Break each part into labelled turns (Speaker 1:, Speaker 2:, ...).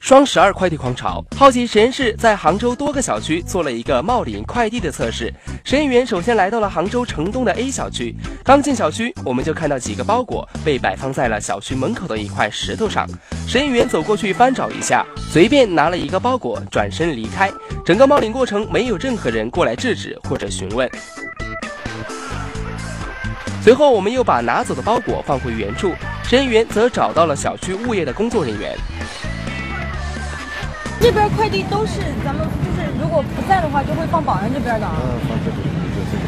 Speaker 1: 双十二快递狂潮，好奇实验室在杭州多个小区做了一个冒领快递的测试。实验员首先来到了杭州城东的 A 小区，刚进小区，我们就看到几个包裹被摆放在了小区门口的一块石头上。实验员走过去翻找一下，随便拿了一个包裹，转身离开。整个冒领过程没有任何人过来制止或者询问。随后，我们又把拿走的包裹放回原处，实验员则找到了小区物业的工作人员。
Speaker 2: 这边快递都是咱们就是如果不在的话，就会放保安这边的啊。
Speaker 3: 嗯，放这里，就这个。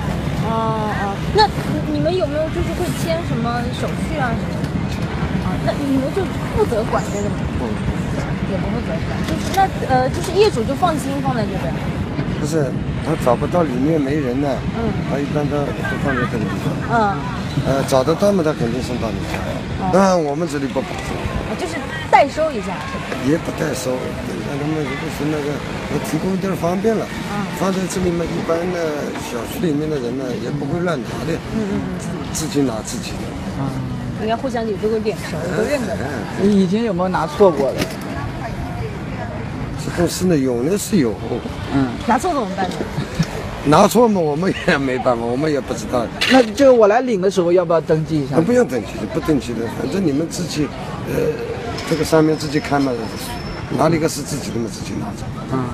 Speaker 2: 哦哦，那你们有没有就是会签什么手续啊什么的？啊，那你们就负责管这个吗？
Speaker 3: 不，
Speaker 2: 也不负责管，就是那呃，就是业主就放心放在这边。
Speaker 3: 不是，他找不到里面没人呢，
Speaker 2: 嗯
Speaker 3: 他一般都都放在这里。
Speaker 2: 嗯，
Speaker 3: 呃，找得到嘛，他肯定送到你家。当然我们这里不保证，
Speaker 2: 就是代收一下是吧？
Speaker 3: 也不代收，让他们如果是那个，我提供一点方便了。放在这里嘛，一般的小区里面的人呢，也不会乱拿的，自己拿自己的。
Speaker 2: 应该互相有这个脸熟，都认得。
Speaker 4: 你以前有没有拿错过的？
Speaker 3: 这公司呢，有的是有，
Speaker 2: 拿错怎么办呢？
Speaker 3: 拿错嘛，我们也没办法，我们也不知道。
Speaker 4: 那这个我来领的时候要不要登记一下
Speaker 3: 那？不用登记的，不登记的，反正你们自己，呃，这个上面自己看嘛，哪里个是自己的嘛，自己拿着。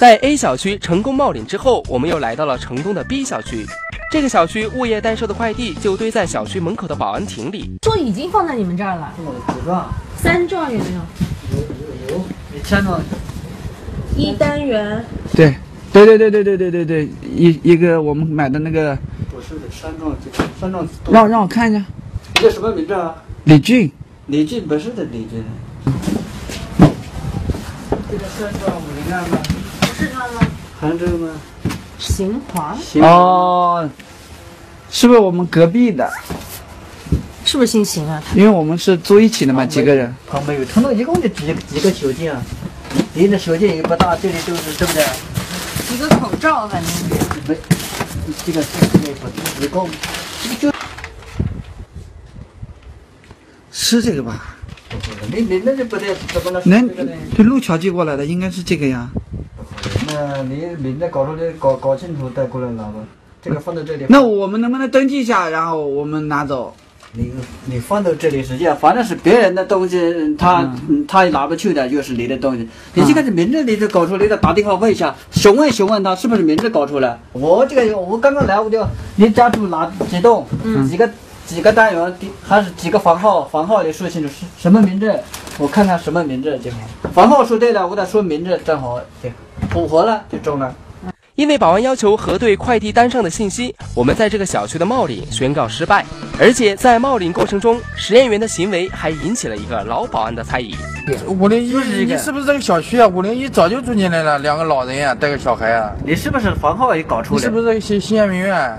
Speaker 1: 在 A 小区成功冒领之后，我们又来到了城东的 B 小区。这个小区物业代收的快递就堆在小区门口的保安亭里。
Speaker 2: 说已经放在你们这儿了，
Speaker 4: 几个？
Speaker 2: 三兆有没有？
Speaker 4: 你签到？
Speaker 2: 一单元。
Speaker 4: 对，对对对对对对对对，一一个我们买的那个，
Speaker 5: 我是山庄这个山庄东，
Speaker 4: 让让我看一下，
Speaker 5: 你叫什么名字啊？
Speaker 4: 李俊，
Speaker 5: 李俊不是的李俊，这个山庄我们那吗？不是他吗？杭州吗？
Speaker 2: 邢华
Speaker 5: 行，
Speaker 4: 哦，是不是我们隔壁的？
Speaker 2: 是不是姓邢啊？
Speaker 4: 因为我们是住一起的嘛，几个人。
Speaker 5: 旁边有城东一共就几几个小径啊，离那小径也不大，这里都是对不对？
Speaker 2: 一个口罩，反正。
Speaker 5: 没，这个这个不你够，
Speaker 4: 是这个吧？
Speaker 5: 你你那就不对，怎么能
Speaker 4: 能
Speaker 5: 这个呢？
Speaker 4: 对路桥寄过来的应该是这个呀。
Speaker 5: 那你名字搞出来，搞搞清楚再过来拿吧。这个放到这里，
Speaker 4: 那我们能不能登记一下，然后我们拿走？
Speaker 5: 你你放到这里是这样，反正是别人的东西，他、嗯他也拿不去的，就是你的东西。你这个是名字你就搞出来的，打电话问一下，询问询问他是不是名字搞出来。我这个我刚刚来我就，你家住哪几栋，几个几个单元，第还是几个房号，房号你说清楚是什么名字，我看看什么名字就好。房号说对了，我再说名字，正好对，符合了就中了。
Speaker 1: 因为保安要求核对快递单上的信息，我们在这个小区的冒领宣告失败。而且在冒领过程中，实验员的行为还引起了一个老保安的猜疑。
Speaker 6: 五零一，
Speaker 5: 就是这个
Speaker 6: 你是不是这个小区啊？五零一早就住进来了，两个老人呀、带个小孩啊。
Speaker 5: 你是不是房号也搞出
Speaker 6: 你是不是新新安民院？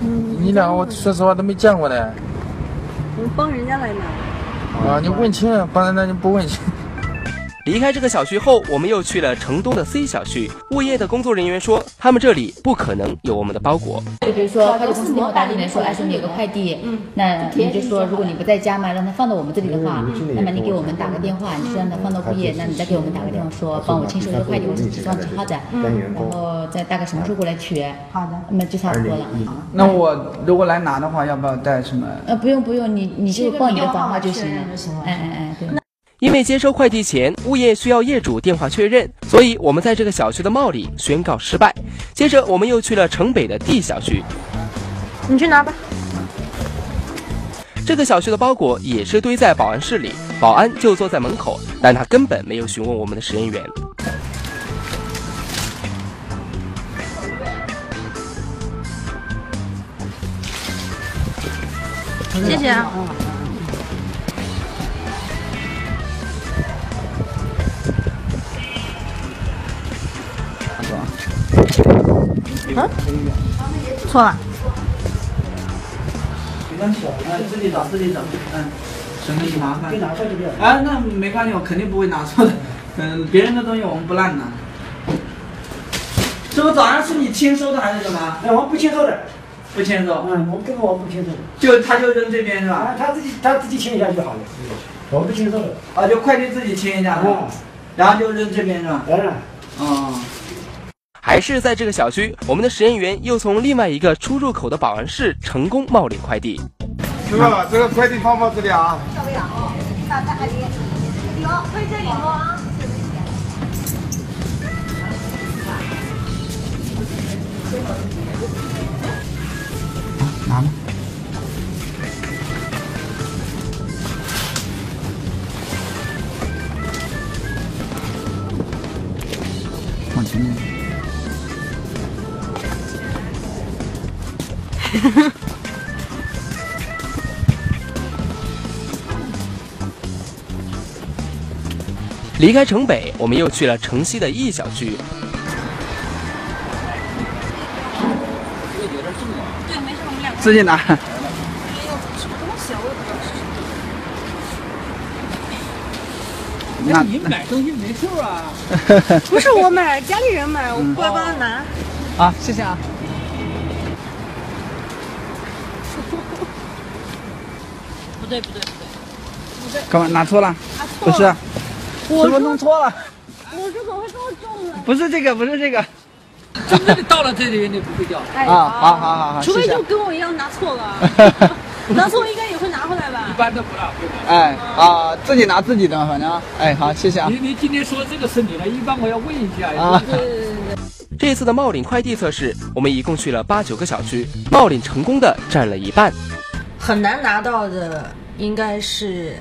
Speaker 6: 你俩我说实话都没见过的
Speaker 2: 我帮人家来拿。
Speaker 6: 啊！你问清，不然那你不问清。
Speaker 1: 离开这个小区后，我们又去了城东的 C 小区。物业的工作人员说，他们这里不可能有我们的包裹。
Speaker 7: 就比如说快递公司电话打里面说，哎，说你有个快递，那你就说如果你不在家嘛，让他放到我们这里的话，那么你给我们打个电话，你说让他放到物业，那你再给我们打个电话说，帮我签收一个快递，我是几号几号的，嗯然后再大概什么时候过来取，
Speaker 2: 好的。
Speaker 7: 那么就差不多了。
Speaker 4: 那我如果来拿的话，要不要带什么？
Speaker 7: 呃，不用不用，你你就报你的房号就行了
Speaker 2: 就行了。
Speaker 7: 哎哎哎，对。
Speaker 1: 因为接收快递前，物业需要业主电话确认，所以我们在这个小区的冒领宣告失败。接着，我们又去了城北的 D 小区，
Speaker 2: 你去拿吧。
Speaker 1: 这个小区的包裹也是堆在保安室里，保安就坐在门口，但他根本没有询问我们的实验员。
Speaker 2: 谢谢啊。啊错了，
Speaker 5: 自己找自己找，嗯。
Speaker 4: 省得你麻烦。
Speaker 5: 拿过去不要
Speaker 4: 啊，那没关系，我肯定不会拿错的。 嗯，别人的东西我们不乱拿。这不早上是你签收的还是什么？
Speaker 5: 哎，我们不签收的。
Speaker 4: 不签收，
Speaker 5: 嗯，我们这个我不签收的。
Speaker 4: 就他就扔这边是吧？
Speaker 5: 啊，他自己他自己签一下就好了。
Speaker 8: 我们签收了，
Speaker 5: 啊，就快递自己签一下，
Speaker 4: 嗯
Speaker 8: 啊，
Speaker 5: 然后就扔这边是吧？
Speaker 8: 当然。
Speaker 5: 哦，
Speaker 1: 还是在这个小区，我们的实验员又从另外一个出入口的保安室成功冒领快递。
Speaker 6: 师傅，这个快递放不这里啊？
Speaker 5: 放前面。
Speaker 1: 离开城北，我们又去了城西的 E 小区。
Speaker 5: 自己拿。那哎你买
Speaker 2: 不是我买，家里人买，我过来帮他拿。
Speaker 5: 啊，谢谢啊。不对不对不对，干嘛拿错了？不是，是不是弄错了？
Speaker 2: 我说怎么会这么重呢？
Speaker 5: 不是这个，不是这个
Speaker 2: 哎
Speaker 5: 啊！好好好好，
Speaker 2: 除非
Speaker 5: 谢谢
Speaker 2: 就跟我一样拿错了，拿错应该也会拿回来吧？
Speaker 5: 哎啊，自己拿自己的，反正哎好，谢谢啊。
Speaker 9: 你今天说这个是你的，一般我要问一下。
Speaker 5: 啊，
Speaker 2: 对对对对对，
Speaker 1: 这次的冒领快递测试，我们一共去了八九个小区，冒领成功的占了一半。
Speaker 10: 很难拿到的应该是，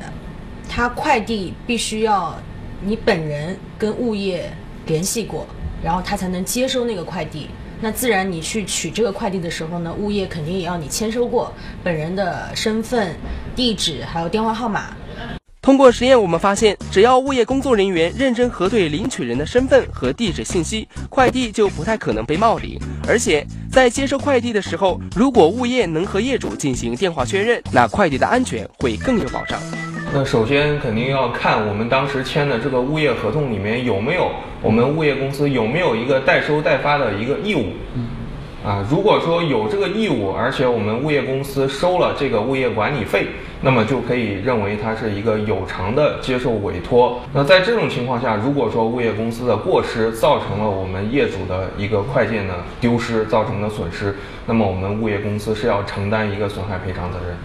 Speaker 10: 他快递必须要你本人跟物业联系过，然后他才能接收那个快递。那自然你去取这个快递的时候呢，物业肯定也要你签收过本人的身份、地址还有电话号码。
Speaker 1: 通过实验，我们发现，只要物业工作人员认真核对领取人的身份和地址信息，快递就不太可能被冒领。而且，在接收快递的时候，如果物业能和业主进行电话确认，那快递的安全会更有保障。
Speaker 11: 那首先肯定要看我们当时签的这个物业合同里面有没有我们物业公司有没有一个代收代发的一个义务。啊，如果说有这个义务，而且我们物业公司收了这个物业管理费，那么就可以认为它是一个有偿的接受委托。那在这种情况下，如果说物业公司的过失造成了我们业主的一个快件的丢失造成的损失，那么我们物业公司是要承担一个损害赔偿责任。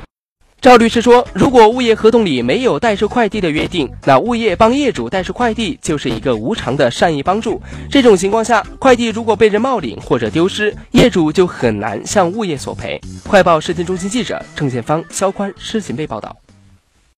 Speaker 1: 赵律师说，如果物业合同里没有代收快递的约定，那物业帮业主代收快递就是一个无偿的善意帮助。这种情况下，快递如果被人冒领或者丢失，业主就很难向物业索赔。快报视听中心记者郑建芳、肖宽、施琴贝报道。